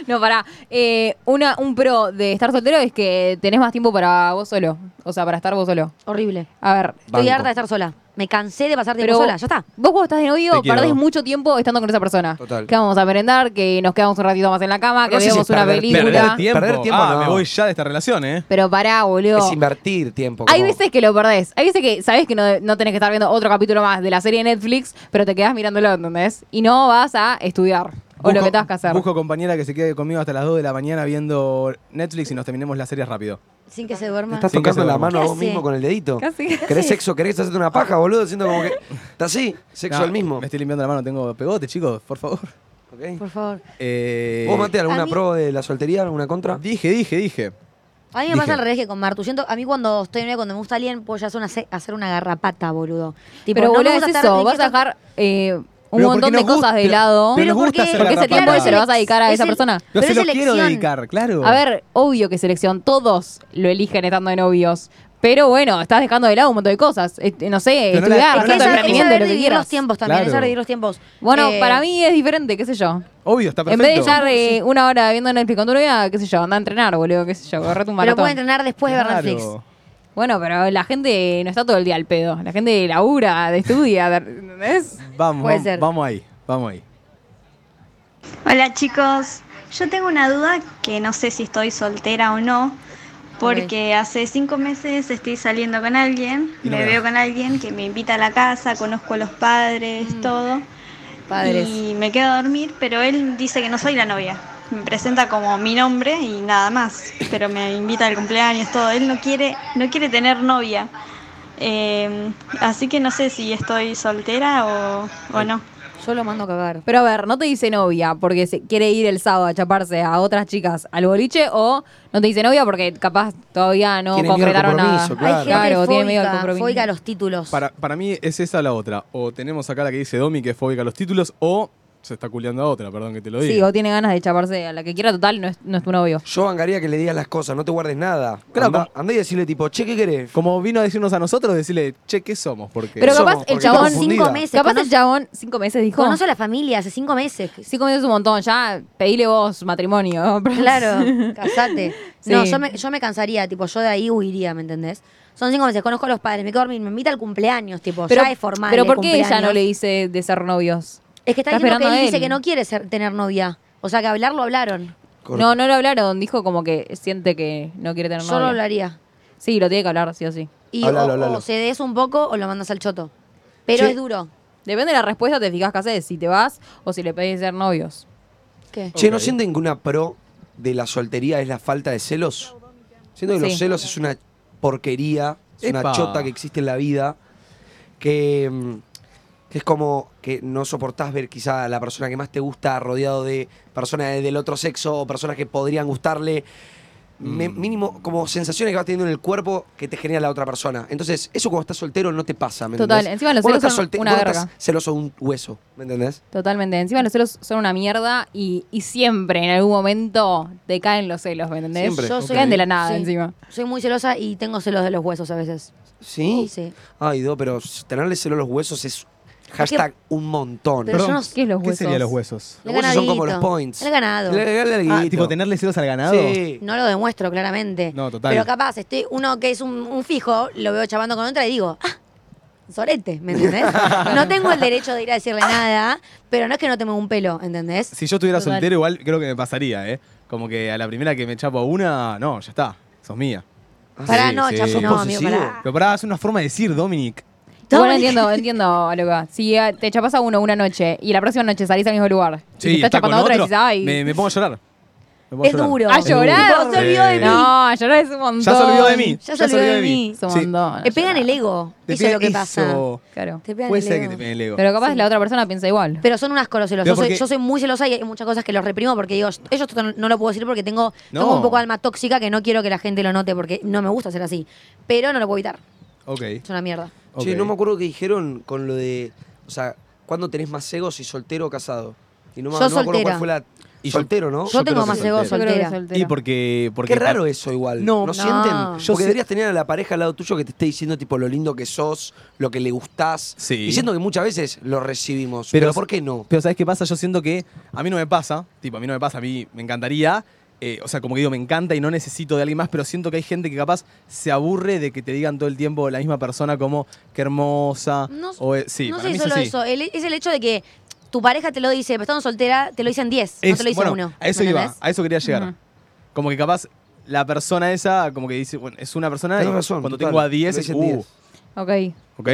No, pará. Eh, una, un pro de estar soltero es que tenés más tiempo para vos solo. O sea, para estar vos solo.
Horrible.
A ver.
Estoy
Banco.
harta de estar sola. Me cansé de pasar tiempo
Pero
sola, ya está.
Vos cuando estás de novio
Te quiero.
perdés mucho tiempo estando con esa persona.
Total.
Que vamos a merendar, que nos quedamos un ratito más en la
Pero
cama,
no
que
sé si
veamos
es
una
perder
película.
Perder tiempo.
Perder tiempo,
ah,
no.
me voy ya de esta relación, ¿eh?
Pero pará, boludo.
Es invertir tiempo.
Hay
como-
veces que lo perdés. Hay veces que sabés que no, no tenés que estar viendo otro capítulo más de la serie de Netflix, pero te quedás mirándolo, ¿entendés? Y no vas a estudiar. o lo que tengas que hacer.
Busco compañera que se quede conmigo hasta las 2 de la mañana viendo Netflix y nos terminemos las series rápido.
Sin que se
Te
duerma.
estás
Sin que
tocando
se
la
duerma.
mano a
¿Qué
vos
hace?
mismo con el dedito.
Casi.
¿Querés sexo? ¿Querés hacerte una paja, boludo? Siento como que. ¿Estás así? Sexo
Nah,
al mismo.
Me estoy limpiando la mano, tengo pegote, chicos, por favor.
Ok.
Por favor.
Eh,
¿Vos, Mate, alguna
a mí-
pro de la soltería? ¿Alguna contra?
Dije, dije, dije.
A mí me
Dije.
pasa al revés que con Martu. Siento, a mí cuando estoy en cuando me gusta alguien, puedo ya hacer una, ce- hacer una garrapata, boludo. Tipo,
pero
no me
boludo, es
gusta estar-
eso,
que
vas a
estar-
dejar eh, un
Pero
montón
porque nos
de
gusta-
cosas de
pero-
lado.
pero nos
Pero
gusta
porque-
hacer
porque
la
ese tiempo
rapada.
se lo vas a dedicar a
Es
esa
el-
persona.
No
Pero
se
es
lo quiero
elección.
dedicar, claro.
A ver, obvio que selección, todos lo eligen estando de novios, Pero bueno, estás dejando de lado un montón de cosas. Este, no sé,
Pero no la-
estudiar,
pero
Es que
no
es
hacer tu
la-
saber, es
emprendimiento,
saber
lo que
dividir
quieras.
los tiempos también, es
Claro.
saber dividir los tiempos.
Bueno,
Eh,
para mí es diferente, qué sé yo.
Obvio, está perfecto.
En vez de estar eh, una hora viendo Netflix con tu novia, qué sé yo, anda a entrenar, boludo, qué sé yo, agarrate
Pero
un maratón.
puede entrenar después de ver
Claro.
Netflix.
Bueno, pero la gente no está todo el día al pedo. La gente labura, estudia, ¿entendés?
Vamos,
Puede
vam-
ser.
vamos ahí, vamos ahí.
Hola chicos, yo tengo una duda que no sé si estoy soltera o no, porque hace cinco meses estoy saliendo con alguien,
Y no
me
me
veo
da.
con alguien que me invita a la casa, conozco a los padres, todo,
Padres.
y me quedo a dormir, pero él dice que no soy la novia, me presenta como mi nombre y nada más, pero me invita al cumpleaños, todo, él no quiere, no quiere tener novia, Eh, así que no sé si estoy soltera o, o no.
Yo lo mando a cagar.
Pero a ver, no te dice novia porque se quiere ir el sábado a chaparse a otras chicas al boliche o no te dice novia porque capaz todavía no
Tiene miedo al
concretaron nada.
compromiso,
Hay
Claro.
gente
tiene miedo al
fóbica,
compromiso.
fóbica a los títulos.
Para, para mí es esa la otra. O tenemos acá la que dice Domi, que es fóbica a los títulos, o se está culeando a otra, perdón que te lo diga.
Sí, o tiene ganas de chaparse a la que quiera, total, no es, no es tu novio.
Yo bancaría que le digas las cosas, no te guardes nada.
Claro,
anda,
como-
anda y decirle tipo, che, ¿qué querés?
Como vino a decirnos a nosotros, decirle, che, ¿qué somos? Porque
Pero
Somos,
capaz el
porque está
chabón.
confundida.
Cinco meses.
Capaz el
conoce-
chabón, cinco meses dijo.
Conoce a la familia hace cinco meses.
Cinco meses es un montón, ya pedile vos matrimonio. ¿no? Pero-
Claro, casate.
Sí.
No, yo me, yo me cansaría, tipo, yo de ahí huiría, ¿me entendés? Son cinco meses, conozco a los padres, me quedo a dormir, me invita al cumpleaños, tipo, ya es formal.
Pero
el
¿por qué ella no
cumpleaños.
le dice de ser novios?
Es que está,
está
diciendo que
esperando
él,
a
dice
él?
que no quiere ser- tener novia. O sea, que hablarlo hablaron.
Corta.
No, no lo hablaron. Dijo como que siente que no quiere tener
Yo
novia.
no hablaría.
Sí, lo tiene que hablar, sí o sí.
Y
Háblalo,
o,
háblalo.
o cedes un poco o lo mandas al choto. Pero
Che.
es duro.
Depende de la respuesta, te fijas qué haces, si te vas o si le pedís ser novios.
¿Qué?
Che, ¿no
Ok.
sienten que una pro de la soltería es la falta de celos? Siento que
Sí.
los celos es una porquería, es
Epa.
una chota que existe en la vida, que, mm, que es como que no soportás ver quizá a la persona que más te gusta rodeado de personas del otro sexo o personas que podrían gustarle. Me-
Mm.
mínimo como sensaciones que vas teniendo en el cuerpo que te genera la otra persona. Entonces, eso cuando estás soltero no te pasa, ¿me
Total,
entendés?
encima los
Vos no
celos
estás
son
solte-
una
vos no estás
verga.
celoso de un hueso, ¿me entendés?
Totalmente. Encima los celos son una mierda y, y siempre, en algún momento, te caen los celos, ¿me entendés?
Siempre.
Yo
Te
soy-
caen de la nada
sí.
encima.
Soy muy celosa y tengo celos de los huesos a veces.
¿Sí?
Sí.
Ay, Do, pero tenerle celo a los huesos es hashtag un montón.
Pero yo no sé-
¿Qué es los
¿Qué
huesos?
serían los huesos?
El
Los huesos son como los
ganadito.
points.
El ganado.
Le- le- le- le-
Ah,
le-
tipo, tenerle celos al ganado.
Sí.
No lo demuestro, claramente.
No, total.
Pero capaz, estoy uno que es un, un fijo, lo veo chavando con otra y digo, ah, sorete, ¿me entendés? no tengo el derecho de ir a decirle nada, pero no es que no tengo un pelo, ¿entendés?
Si yo estuviera
Total.
soltero, igual creo que me pasaría, ¿eh? Como que a la primera que me chapo a una, no, ya está, sos mía.
Pará,
Ah, Sí,
no,
sí.
chapo,
¿Sos
no, amigo,
posesivo?
Ah.
pará.
Pero pará, es una forma de decir, Dominic.
Igual entiendo, entiendo, loca. Si eh, te chapas a uno una noche y la próxima noche salís al mismo lugar y te estás
está con
chapando a otra y
otro,
decís, ay.
Me, me pongo a llorar. Me pongo
Es duro.
A
Es duro.
llorar.
Tipo, se olvidó de mí.
No, a llorar es un montón.
Ya se olvidó de mí.
Ya se olvidó de mí.
Es un
Sí.
montón.
Te
a
pegan
llorar.
el ego,
Te
eso es
pega
lo que
eso.
pasa.
Claro.
Te pegan
Puede
el
ser
ego.
que te peguen el ego.
Pero capaz
Sí.
la otra persona piensa igual.
Pero son unas coros celos.
Pero
Yo soy,
porque-
yo soy muy celosa y hay muchas cosas que los reprimo porque digo, "Shh, ellos esto no- no lo puedo decir porque tengo,
No.
tengo un poco de alma tóxica que no quiero que la gente lo note porque no me gusta ser así. Pero no lo puedo evitar.
Ok.
Es una mierda.
ok.
Che, no me acuerdo qué dijeron con lo de. O sea, ¿cuándo tenés más ego si soltero o casado? Y no, me-
Yo
no me acuerdo
soltera.
cuál fue la.
Y
Y
yo-
soltero, ¿no?
Yo,
Yo creo
tengo
que
más
soy
ego
soltero.
Yo creo que
soltera.
soltera.
Y porque. porque
Qué raro eso igual.
No,
No,
no.
sienten.
Yo
sé-
Porque deberías tener a la pareja al lado tuyo que te esté diciendo tipo lo lindo que sos, lo que le gustás.
Sí.
Y siento que muchas veces lo recibimos.
Pero-
Pero, ¿por qué no?
Pero ¿sabes qué pasa? Yo siento que a mí no me pasa, tipo, a mí no me pasa, a mí me encantaría, eh, o sea, como que digo, me encanta y no necesito de alguien más, pero siento que hay gente que capaz se aburre de que te digan todo el tiempo la misma persona como qué hermosa.
No,
o, eh, sí,
no
para
sé
mí
si solo
es así.
eso. el- es el hecho de que tu pareja te lo dice, pero estando soltera, te lo dicen 10, no
Es-
te lo dice
bueno,
uno.
A eso
¿me
iba,
entendés?
a eso quería llegar.
Ujú.
Como que capaz la persona esa, como que dice, bueno, es una persona,
Tenés
y
razón.
cuando
total.
tengo a 10
Lo
es,
dicen
uh,
10.
Ok.
¿ok?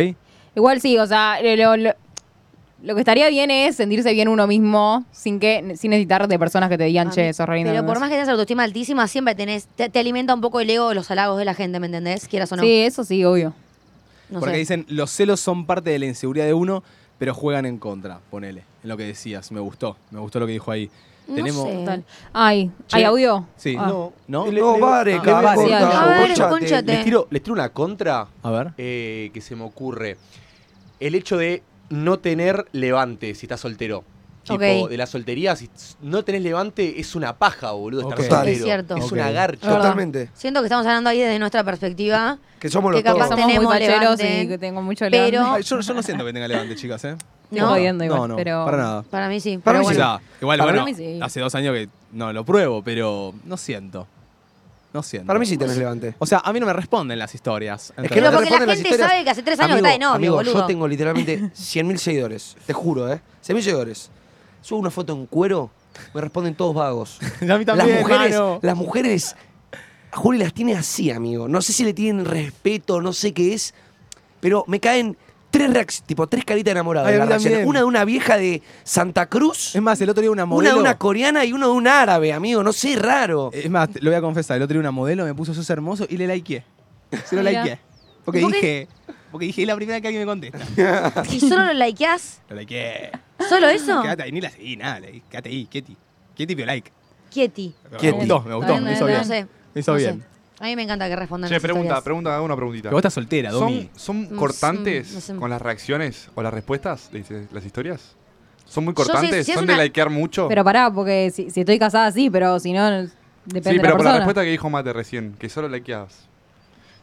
Igual sí, o sea, lo, lo- lo que estaría bien es sentirse bien uno mismo sin que sin necesitar de personas que te digan, che, sos reina.
Pero por más que tengas autoestima altísima, siempre tenés, te, te alimenta un poco el ego de los halagos de la gente, ¿me entendés? Quieras o no.
Sí, eso sí, obvio.
no
Porque
sé.
dicen, los celos son parte de la inseguridad de uno, pero juegan en contra, ponele, en lo que decías, me gustó, me gustó lo que dijo ahí.
No
Tenemos,
sé.
Total. Ay, ¿hay audio?
Sí.
Ah.
¿No?
No, vale,
ah,
cabrón,
sí,
corta,
a ver,
corchate.
conchate.
Les tiro, les tiro una contra
A ver.
eh, que se me ocurre. El hecho de no tener levante si estás soltero. Tipo,
Ok.
de la soltería, si no tenés levante, es una paja, boludo. Estar
Ok.
soltero.
Es cierto.
Es
Ok.
una garcha.
verdad.
Totalmente.
Siento que estamos hablando ahí desde nuestra perspectiva.
Que somos
Que
los
capaz
todos.
Somos muy
tenemos
facheros
levante,
y que tengo mucho
pero-
Ay, yo, yo no siento que tenga levante, chicas, ¿eh?
No.
No,
jodiendo igual,
no, no,
pero-
para nada.
para mí sí.
Para
pero
mí sí.
bueno.
Ah, Igual,
Para
bueno,
mí sí.
hace dos años que no lo pruebo, pero no siento. No siento.
Para mí sí tenés levante.
O sea, a mí no me responden las historias.
Es que
¿entendés?
Pero
no te
porque la
responden las
gente
historias.
sabe que hace tres años que
Amigo,
está de novio,
amigo,
boludo.
Yo tengo literalmente 100.000 seguidores. Te juro, ¿eh? 100.000 seguidores. Subo una foto en cuero, me responden todos vagos.
a mí también,
las mujeres,
mano.
las mujeres, a Juli las tiene así, amigo. No sé si le tienen respeto, no sé qué es, pero me caen tres reac- tipo tres caritas enamoradas.
Ay,
de
a
la
mí
reacción.
también.
Una de una vieja de Santa Cruz,
Es más, el otro día una
una
modelo.
de una coreana y uno de un árabe, amigo. No sé, raro.
es más, te- lo voy a confesar, el otro día una modelo me puso sos hermoso y le likeé. Se lo
Mira.
likeé. Porque
¿Por qué?
dije, porque dije, es la primera que alguien me contesta.
Si solo lo likeás,
Lo likeé.
solo eso,
Quédate ahí, ni la seguí, nada. le- Quédate ahí, Ketty. Ketty vio like.
Kieti.
Me
Ketty.
gustó, me gustó,
Está
me
bien,
hizo
está
bien.
No sé.
Me hizo
no sé.
bien.
A mí me encanta que respondan.
Che,
las
pregunta,
historias.
pregunta, hago una preguntita.
Que vos estás soltera, Domi.
¿Son, son
Mm,
cortantes
mm, no sé.
con las reacciones o las respuestas de de las historias? ¿Son muy
Yo sé,
cortantes?
si es
¿Son
una-
de likear mucho?
Pero pará, porque si, si estoy casada sí, pero si no, depende
sí,
de la
pero por la
persona.
respuesta que dijo Mate recién, que solo likeabas.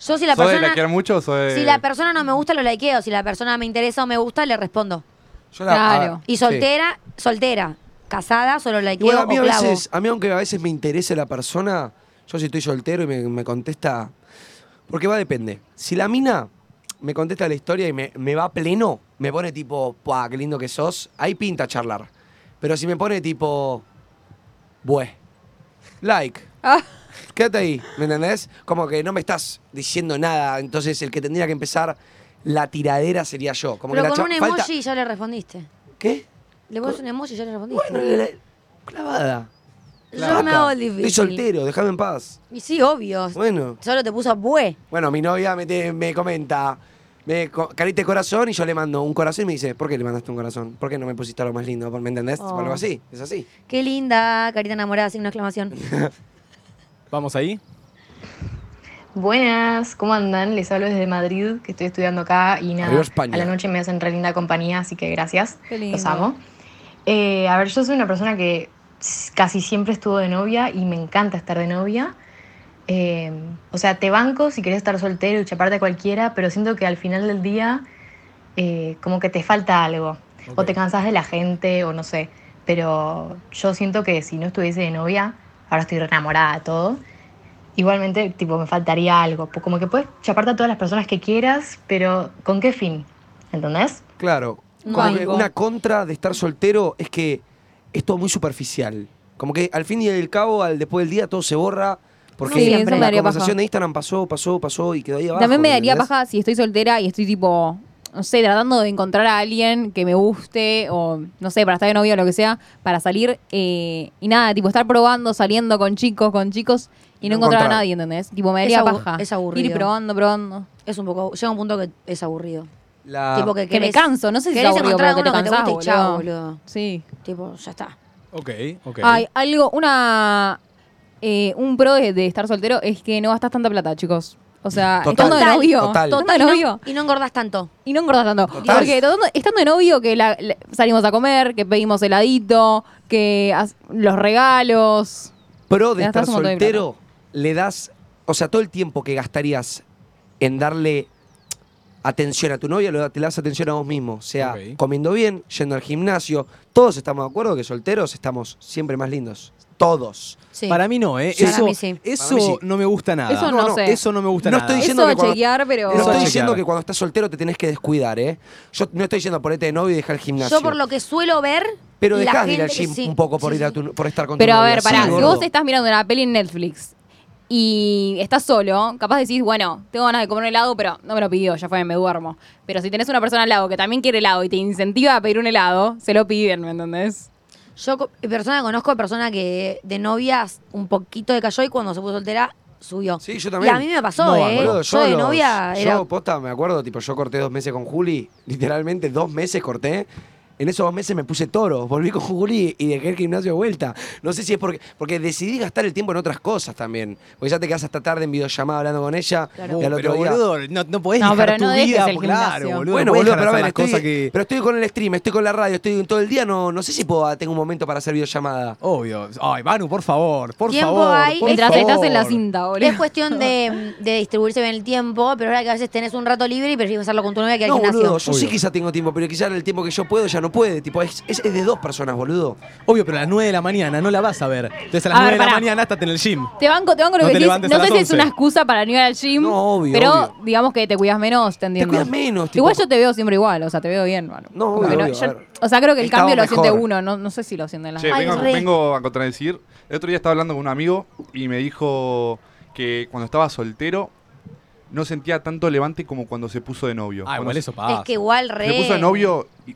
Yo si la
¿Soy de
persona...
likear mucho o soy de-
Si la persona no me gusta, lo likeo. Si la persona me interesa o me gusta, le respondo.
Yo la-
Claro.
ah,
Y soltera, soltera. Casada, solo likeo
Igual a mí,
o
a
clavo.
veces, a mí aunque a veces me interese la persona, yo si estoy soltero y me, me contesta... Porque va, depende. Si la mina me contesta la historia y me, me va pleno, me pone tipo, ¡pah, qué lindo que sos! Ahí pinta charlar. Pero si me pone tipo, ¡bueh! Like.
Ah.
Quédate ahí, ¿me entendés? Como que no me estás diciendo nada, entonces el que tendría que empezar la tiradera sería yo. Como
Pero
que la
con
cha-
un emoji
falta-
ya le respondiste.
¿Qué?
Le pones un emoji y ya le respondiste.
Bueno, la- la- clavada.
Yo me hago el difícil.
Estoy soltero, déjame en paz.
Y sí, obvio.
Bueno.
Solo te puso bue.
Bueno, mi novia me, te- me comenta, me co- carita de corazón y yo le mando un corazón y me dice, ¿por qué le mandaste un corazón? ¿Por qué no me pusiste algo más lindo? ¿Me entendés?
Oh.
O algo así, es así.
Qué linda, carita enamorada, sin una exclamación.
Vamos ahí.
Buenas, ¿cómo andan? Les hablo desde Madrid, que estoy estudiando acá y nada,
Adiós, España.
a la noche me hacen re linda compañía, así que gracias,
Qué lindo.
los amo. Eh, a ver, yo soy una persona que s- casi siempre estuvo de novia y me encanta estar de novia. Eh, o sea, te banco si querés estar soltero y chaparte a cualquiera, pero siento que al final del día eh, como que te falta algo, o te cansás de la gente, o no sé, pero yo siento que si no estuviese de novia, ahora estoy re enamorada de todo. Igualmente, tipo, me faltaría algo. po- Como que puedes chaparte a todas las personas que quieras, pero ¿con qué fin? ¿Entendés?
Claro, como
Banco.
que una contra de estar soltero es que es todo muy superficial. Como que al fin y al cabo, al después del día, todo se borra. Porque
Sí, siempre me
la
daría
conversación
paja.
de Instagram pasó, pasó, pasó y quedó ahí abajo.
También me daría
¿entendés?
paja si estoy soltera y estoy tipo, no sé, tratando de encontrar a alguien que me guste o, no sé, para estar de novia o lo que sea, para salir eh, y nada, tipo estar probando, saliendo con chicos, con chicos y no
No
encontrar a
encontrar.
nadie, ¿entendés? Tipo, me daría
Es abu-
paja.
es aburrido.
Ir probando, probando.
Es un poco. Llega un punto que es aburrido.
La-
tipo
que me canso, no sé si es
querés
aburrido,
encontrar
pero que te
alguno
cansás,
guste y chao,
boludo.
boludo.
Sí.
Tipo, ya está.
Ok, ok.
Hay algo, una. eh, un pro de, de estar soltero es que no gastas tanta plata, chicos. O sea,
Total.
estando de novio.
Total.
Estando de
Y no-
novio.
Y no engordás tanto.
Y no engordas tanto.
Total.
Porque tratando- estando de novio, que la- la- salimos a comer, que pedimos heladito, que as- los regalos.
Pro
Le
de estar
gastas un montón de
soltero, le das, o sea, todo el tiempo que gastarías en darle atención a tu novia, lo- te le das atención a vos mismo. O sea,
Ok.
comiendo bien, yendo al gimnasio. Todos estamos de acuerdo que solteros estamos siempre más lindos. Todos.
Sí.
Para mí no, ¿eh?
Sí.
Eso,
Para mí sí.
eso
Para mí sí.
no me gusta nada.
Eso no sé.
Eso no me gusta
No
nada.
estoy diciendo
Eso a
que cuando-
chequear, pero.
No
Eso
estoy
es
diciendo
chequear.
que cuando estás soltero te tenés que descuidar, ¿eh? Yo no estoy diciendo ponete de novio y dejar el gimnasio.
Yo por lo que suelo ver.
pero
la
dejás de ir al
gente-
gym
sí,
un poco por
sí,
ir a
sí.
tu- por estar con tu
Pero a
novia,
ver,
sí,
pará, si
gordo.
vos estás mirando una peli en Netflix y estás solo, capaz decís, bueno, tengo ganas de comer un helado, pero no me lo pidió, ya fue, me duermo. Pero si tenés una persona al lado que también quiere helado y te incentiva a pedir un helado, se lo piden, ¿me entendés?
Yo, co- persona que conozco, persona que de novias un poquito decayó y cuando se puso soltera subió.
Sí, yo también.
Y a mí me pasó,
No,
¿eh?
boludo,
yo, de
los-
novia
Yo,
era.
posta, me acuerdo, tipo, yo corté dos meses con Juli. Literalmente, dos meses corté. En esos dos meses me puse toro, volví con Juli y dejé el gimnasio de vuelta. No sé si es porque, porque decidí gastar el tiempo en otras cosas también. Porque ya te quedas hasta tarde en videollamada hablando con ella.
Claro.
Y al otro
Uh, pero
día-
boludo, no, no podés
No,
dejar
pero
tu
no dejes
vida,
el
claro,
gimnasio.
boludo.
bueno,
no podés
boludo,
dejar
pero a
de
ver,
hacer las cosas
estoy,
que...
pero estoy con el stream, estoy con la radio, estoy todo el día, no, no sé si puedo, tengo un momento para hacer videollamada.
Obvio. Ay, Manu, por favor, por
Tiempo
favor.
hay.
por
Mientras
Mientras estás en la
favor.
cinta,
Es
boludo.
cuestión de, de distribuirse bien el tiempo, pero ahora que a veces tenés un rato libre y prefieres hacerlo con tu novia que al
No,
gimnasio.
boludo, yo sí
Obvio.
quizá tengo tiempo, pero quizá el tiempo que yo puedo ya no puede. Tipo, es, es- es de dos personas, boludo.
Obvio, pero a las 9 de la mañana no la vas a ver. Entonces a las
A
9 de
ver,
la
pará.
mañana estás en el gym.
Te banco, te banco lo
No
que
te
decís.
levantes a
No sé
las
si es
11.
una excusa para no ir al gym.
No, obvio,
pero
obvio.
digamos que te cuidas menos, te entiendo.
cuidas menos, tipo-
Igual yo te veo siempre igual, o sea, te veo bien, mano.
No,
Como que
obvio,
no-
obvio,
yo-
a ver.
o sea, creo que el
Estaba
cambio lo siente
mejor.
uno, no, no sé si lo sienten las
Che,
Ay,
vengo,
re.
vengo a contradecir. El otro día estaba hablando con un amigo y me dijo que cuando estaba soltero no sentía tanto levante como cuando se puso de novio.
Ah,
Cuando
igual
se-
eso pasa.
Es que igual re.
Se puso de novio y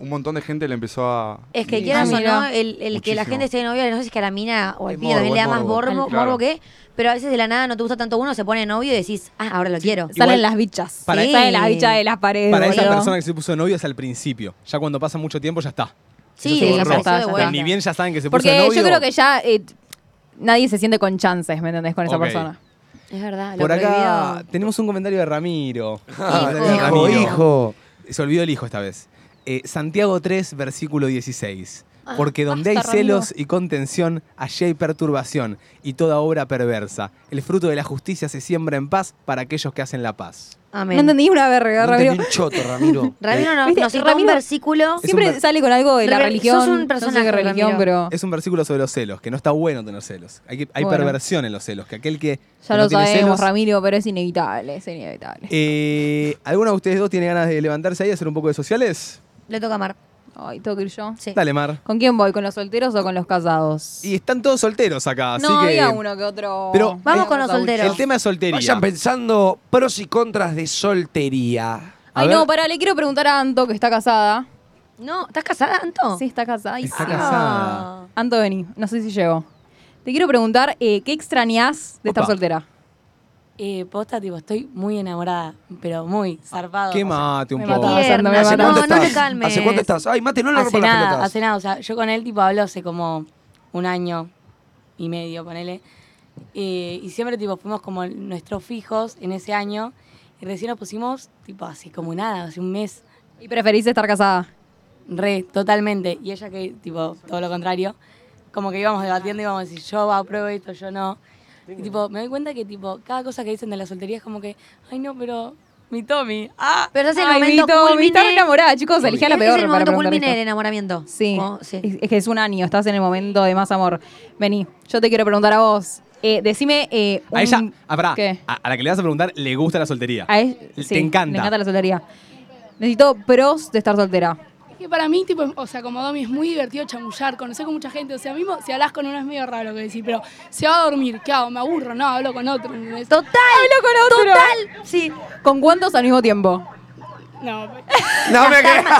un montón de gente le empezó a...
Es que
y-
quieras
Ah,
o no,
mira.
el, el que la
Muchísimo.
gente esté de novio, no sé si es que a la mina o al
Es
pibe también
morbo,
le da
es
más
morbo.
morbo,
Claro.
morbo que, pero a veces de la nada no te gusta tanto uno, se pone de novio y decís, ah, ahora lo quiero.
Salen
Igual-
las bichas.
para-
Salen las bichas de las paredes.
Para esa
boludo.
persona que se puso de novio es al principio. Ya cuando pasa mucho tiempo ya está.
Sí,
Eso se
ya
borró.
pasó de
O sea,
vuelta.
Ni bien ya saben que se puso de
Porque
novio.
yo creo que ya eh, nadie se siente con chances, ¿me entendés? Con esa
Ok.
persona.
Es verdad, lo
Por acá
prohibido.
tenemos un comentario de Ramiro.
Hijo.
hijo,
Ramiro.
hijo.
Se olvidó el hijo esta vez. Eh, Santiago 3, versículo 16. Porque donde hay
Ah, basta, Ramiro.
celos y contención, allí hay perturbación y toda obra perversa. El fruto de la justicia se siembra en paz para aquellos que hacen la paz.
Amén.
No entendí una verga,
No entendí
Ramiro.
un choto, Ramiro.
Ramiro no,
¿Viste?
nos citó un
Ramiro-
versículo.
Es un
Siempre
ver-
sale con algo de la
Re-
religión.
sos un
no sé qué
personaje,
religión,
Ramiro.
pero.
Es un versículo sobre los celos, que no está bueno tener celos. Hay, que- hay
Ah. Bueno.
perversión en los celos, que aquel que, que
Ya
no
lo
tiene
sabemos,
celos...
Ramiro, pero es inevitable, es inevitable.
Eh, ¿Alguno de ustedes dos tiene ganas de levantarse ahí y hacer un poco de sociales?
Le toca a Mar.
Ay, tengo que ir yo.
Sí.
Dale, Mar.
¿Con quién voy? ¿Con los solteros o con los casados?
Y están todos solteros acá, así
no,
que...
había uno que otro.
Pero- eh,
Vamos con los
Saúl.
solteros.
El tema es soltería.
Vayan pensando pros y contras de soltería.
A
Ay,
ver.
no, pará, le quiero preguntar a Anto, que está casada.
No, ¿estás casada, Anto?
Sí, está casada. Ay,
Está
sí.
casada.
Anto, vení, no sé si llegó. Te quiero preguntar, eh, ¿qué extrañas de estar
Opa.
soltera?
Eh, posta, tipo, estoy muy enamorada, pero muy zarpado.
Que
O sea,
mate un
me
poco.
matás.
Tierna,
me
No,
mataste.
no,
cuánto
no te
estás?
calmes.
¿Hace cuánto estás? Ay, mate, no le
hace
rompas las
nada,
pelotas.
hace nada. O sea, yo con él, tipo, hablo hace como un año y medio, ponele. Eh, y siempre, tipo, fuimos como nuestros fijos en ese año. Y recién nos pusimos, tipo, así como nada, hace un mes.
¿Y preferís estar casada?
Re, totalmente. Y ella que, tipo, todo lo contrario. Como que íbamos debatiendo, íbamos a decir, yo apruebo esto, yo no. Y, tipo, me doy cuenta que, tipo, cada cosa que dicen de la soltería es como que, ay, no, pero mi Tommy, ah.
Pero es el
Ay,
momento
Vito,
culmine.
estar enamorada, chicos, elegí a la
Es-
peor
Es el
para
momento
preguntar
culmine del
esto.
enamoramiento.
Sí,
Como- sí.
Es, es que es un año, estás en el momento de más amor. Vení, yo te quiero preguntar a vos. Eh, decime eh, un-
A ella, ah, pará,
¿Qué?
A, a la que le vas a preguntar, le gusta la soltería.
Ah,
A él-
Te
sí,
encanta.
Me encanta la soltería. Necesito pros de estar soltera.
Que para mí, tipo, o sea, como Domi, es muy divertido chamullar, conocer con mucha gente. O sea, mismo si hablas con uno es medio raro lo que decir, pero se va a dormir, ¿qué hago? Me aburro, no, hablo con otro. ¿entendés?
Total.
Hablo con otro.
Total. Sí.
¿Con cuántos al mismo tiempo?
No,
No me
estás- la
quemé.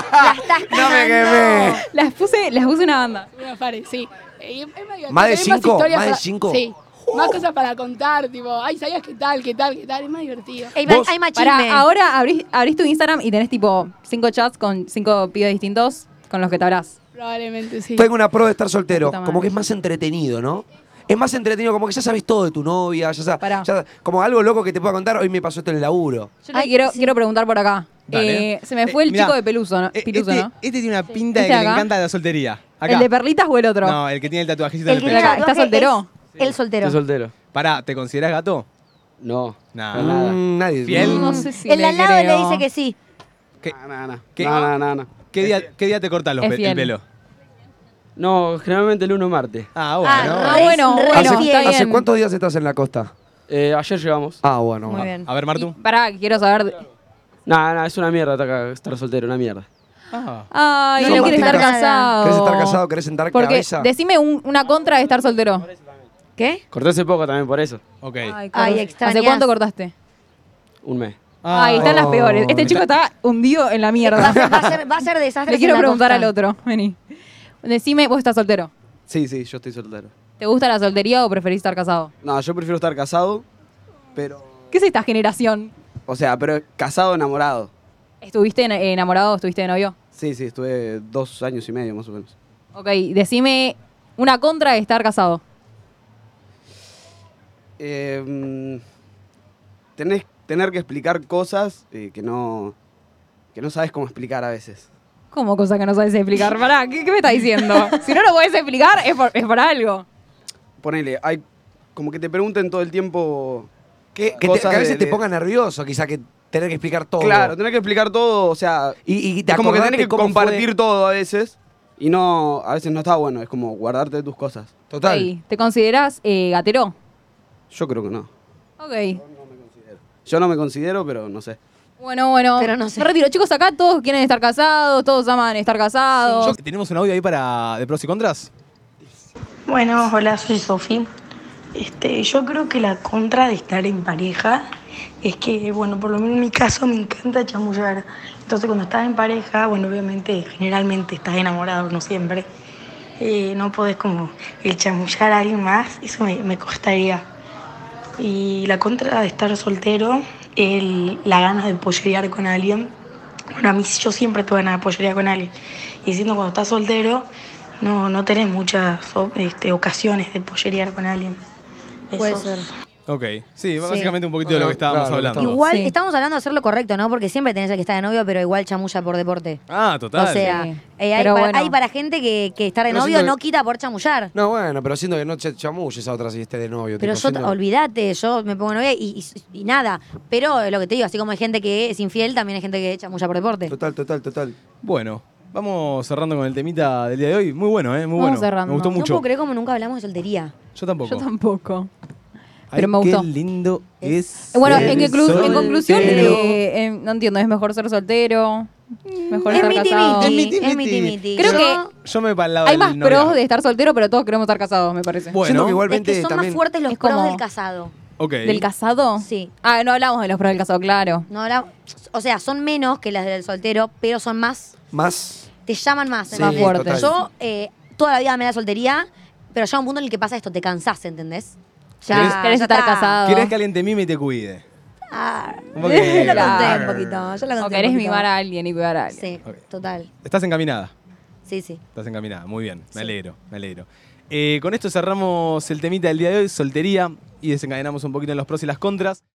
estás
No me
cagando.
quemé.
Las puse, las puse una banda.
una pare, sí. Eh, es medio-
¿Más de
hay
cinco?
historias
¿Más de
para-
cinco?
Sí. Más cosas para contar, tipo, ay, ¿sabías qué tal, qué tal, qué tal? Es más divertido.
Ey,
Vos-
Hay machisme.
Para, ahora abrís, abrís tu Instagram y tenés tipo cinco chats con cinco pibes distintos con los que te habrás.
Probablemente sí.
Tengo una pro de estar soltero.
Puta madre.
Como que es más entretenido, ¿no? Es más entretenido, como que ya sabes todo de tu novia, ya sabes.
Pará.
ya- como algo loco que te pueda contar, hoy me pasó esto en el laburo.
Yo le quiero, quiero preguntar por acá.
Dale.
Eh, se me fue
Eh,
el
mirá,
chico de Peluso, ¿no?
Eh,
Piluso,
este,
¿no?
este tiene una pinta
Este
de que le
acá.
encanta la soltería. Acá.
¿El de perlitas o el otro?
No, el que tiene el tatuajito en
El
el
que tiene
pecho.
¿Está
tatuaje
soltero?
es El soltero.
soltero?
Pará, ¿te considerás gato?
No.
Nah.
Para nada.
Mm, nadie.
Fiel.
No sé si
El
le
al lado le
creo.
dice que sí.
¿Qué-
No, no, no.
qué-
No, no, no, no.
¿Qué día, ¿Qué día te cortas los
Es
pe- el
fiel.
pelo?
No, generalmente el 1 de martes.
Ah,
Ah,
bueno.
Ah, bueno,
Re
bueno,
fiel.
está bien.
¿Hace cuántos días estás en la costa?
Eh, ayer llegamos.
Ah, bueno.
Muy
va.
bien.
A ver, Martu.
Y Pará, que quiero saber.
No, no, es una mierda acá estar soltero, una mierda.
Ah.
Ay,
No,
no,
Martín,
quiere estar
nada.
casado.
¿Querés estar casado? ¿Querés sentar
Oh. Porque,
cabeza?
decime un- una contra de estar soltero.
¿Qué?
Corté hace poco también por eso.
Ok.
Ay, extrañas.
¿Hace cuánto cortaste?
Un mes.
Ah,
Ay, están
Oh.
las peores. Este
Ay.
chico está hundido en la
Va a
mierda.
ser, va a ser- va a ser desastre.
Le quiero
en la
preguntar al
costa.
otro. Vení. Decime, vos estás soltero.
Sí, sí, yo estoy soltero.
¿Te gusta la soltería o preferís estar casado?
No, yo prefiero estar casado, pero.
¿Qué es esta generación?
O sea, pero casado enamorado.
¿Estuviste en- eh, enamorado o estuviste de novio?
Sí, sí, estuve dos años y medio más o menos.
Ok, decime una contra de estar casado.
Eh, mm, tenés, tener que explicar cosas eh, que no que no sabes cómo explicar a veces.
¿Cómo cosa que no sabes explicar? Pará, ¿qué, qué me estás diciendo? si no lo podés explicar, es por, es por algo.
Ponele, hay como que te pregunten todo el tiempo
Que, que te- que a veces te ponga nervioso, quizá que tener que explicar todo.
Claro, tener que explicar todo, o sea,
Y- y te
es como que
acordate
tenés que
cómo
compartir
fue.
todo a veces y no a veces no está bueno, es como guardarte tus cosas.
Total.
Ok, ¿Te considerás eh, gatero?
Yo creo que no.
Ok.
Yo no me considero, pero no sé.
Bueno, bueno.
Pero no sé.
Me retiro. Chicos, acá todos quieren estar casados, todos aman estar casados.
Yo- ¿Tenemos un audio ahí para de pros y contras?
Bueno, hola, soy Sofi. Este, yo creo que la contra de estar en pareja es que, bueno, por lo menos en mi caso me encanta chamullar. Entonces, cuando estás en pareja, bueno, obviamente, generalmente estás enamorado, no siempre. Eh, no podés como el chamullar a alguien más, eso me, me costaría. Y la contra de estar soltero, el, la ganas de pollerear con alguien. Bueno, a mí yo siempre tuve ganas de pollerear con alguien. Y siendo cuando estás soltero, no, no tenés muchas o- este, ocasiones de pollerear con alguien.
Puede
Besos.
ser.
Ok. Sí,
Sí.
básicamente un poquito de lo que estábamos
Claro,
hablando.
Igual estamos hablando de hacer lo correcto, ¿no? Porque siempre tenés el que está de novio, pero igual chamulla por deporte.
Ah, total.
O sea,
Sí.
eh, hay,
Pero
para,
bueno.
hay para gente que, que estar de
Pero
novio
siento que-
no quita por chamullar.
No, bueno, pero siento que no te chamulles a otra si estés de novio.
Pero
tipo,
yo,
siento-
olvídate, yo me pongo novia y, y- y nada. Pero eh, lo que te digo, así como hay gente que es infiel, también hay gente que chamulla por deporte.
Total, total, total.
Bueno, vamos cerrando con el temita del día de hoy. Muy bueno, ¿eh? Muy
Vamos
bueno.
cerrando.
Me gustó
No
No
mucho.
puedo creer como nunca hablamos de soltería.
Yo tampoco.
Yo tampoco.
Ay,
pero me gustó.
Qué lindo es.
Bueno,
ser
en, conclu- en
soltero.
conclusión, eh, eh, no entiendo, es mejor ser soltero, mejor
Es
estar
miti
casado.
miti. Es
miti.
miti miti.
Creo
Yo-
que
Yo me para
hay más pros de estar soltero, pero todos queremos estar casados, me parece.
Bueno,
Siento que
Es
igualmente
que son
también.
más fuertes los
Es
pros
como-
del casado.
Ok.
¿Del casado?
Sí.
Ah, no hablamos de los pros del casado, claro.
No habla- o sea, son menos que las del soltero, pero son más.
Más.
Te llaman más.
Sí,
¿entendés?
más fuerte.
Yo eh, toda la vida me da soltería, pero llega un punto en el que pasa esto, te cansás, ¿entendés?
¿Querés, querés estar
está.
casado?
¿Querés que alguien te mime y te cuide?
Ah,
Un poquito.
yo lo conté
Claro.
un poquito. Yo lo conté
O
un
querés
poquito.
mimar a alguien y cuidar a alguien.
Sí,
Ok.
total.
Estás encaminada.
Sí, sí.
Estás encaminada. Muy bien. Me alegro, me alegro. Eh, con esto cerramos el temita del día de hoy, soltería, y desencadenamos un poquito en los pros y las contras.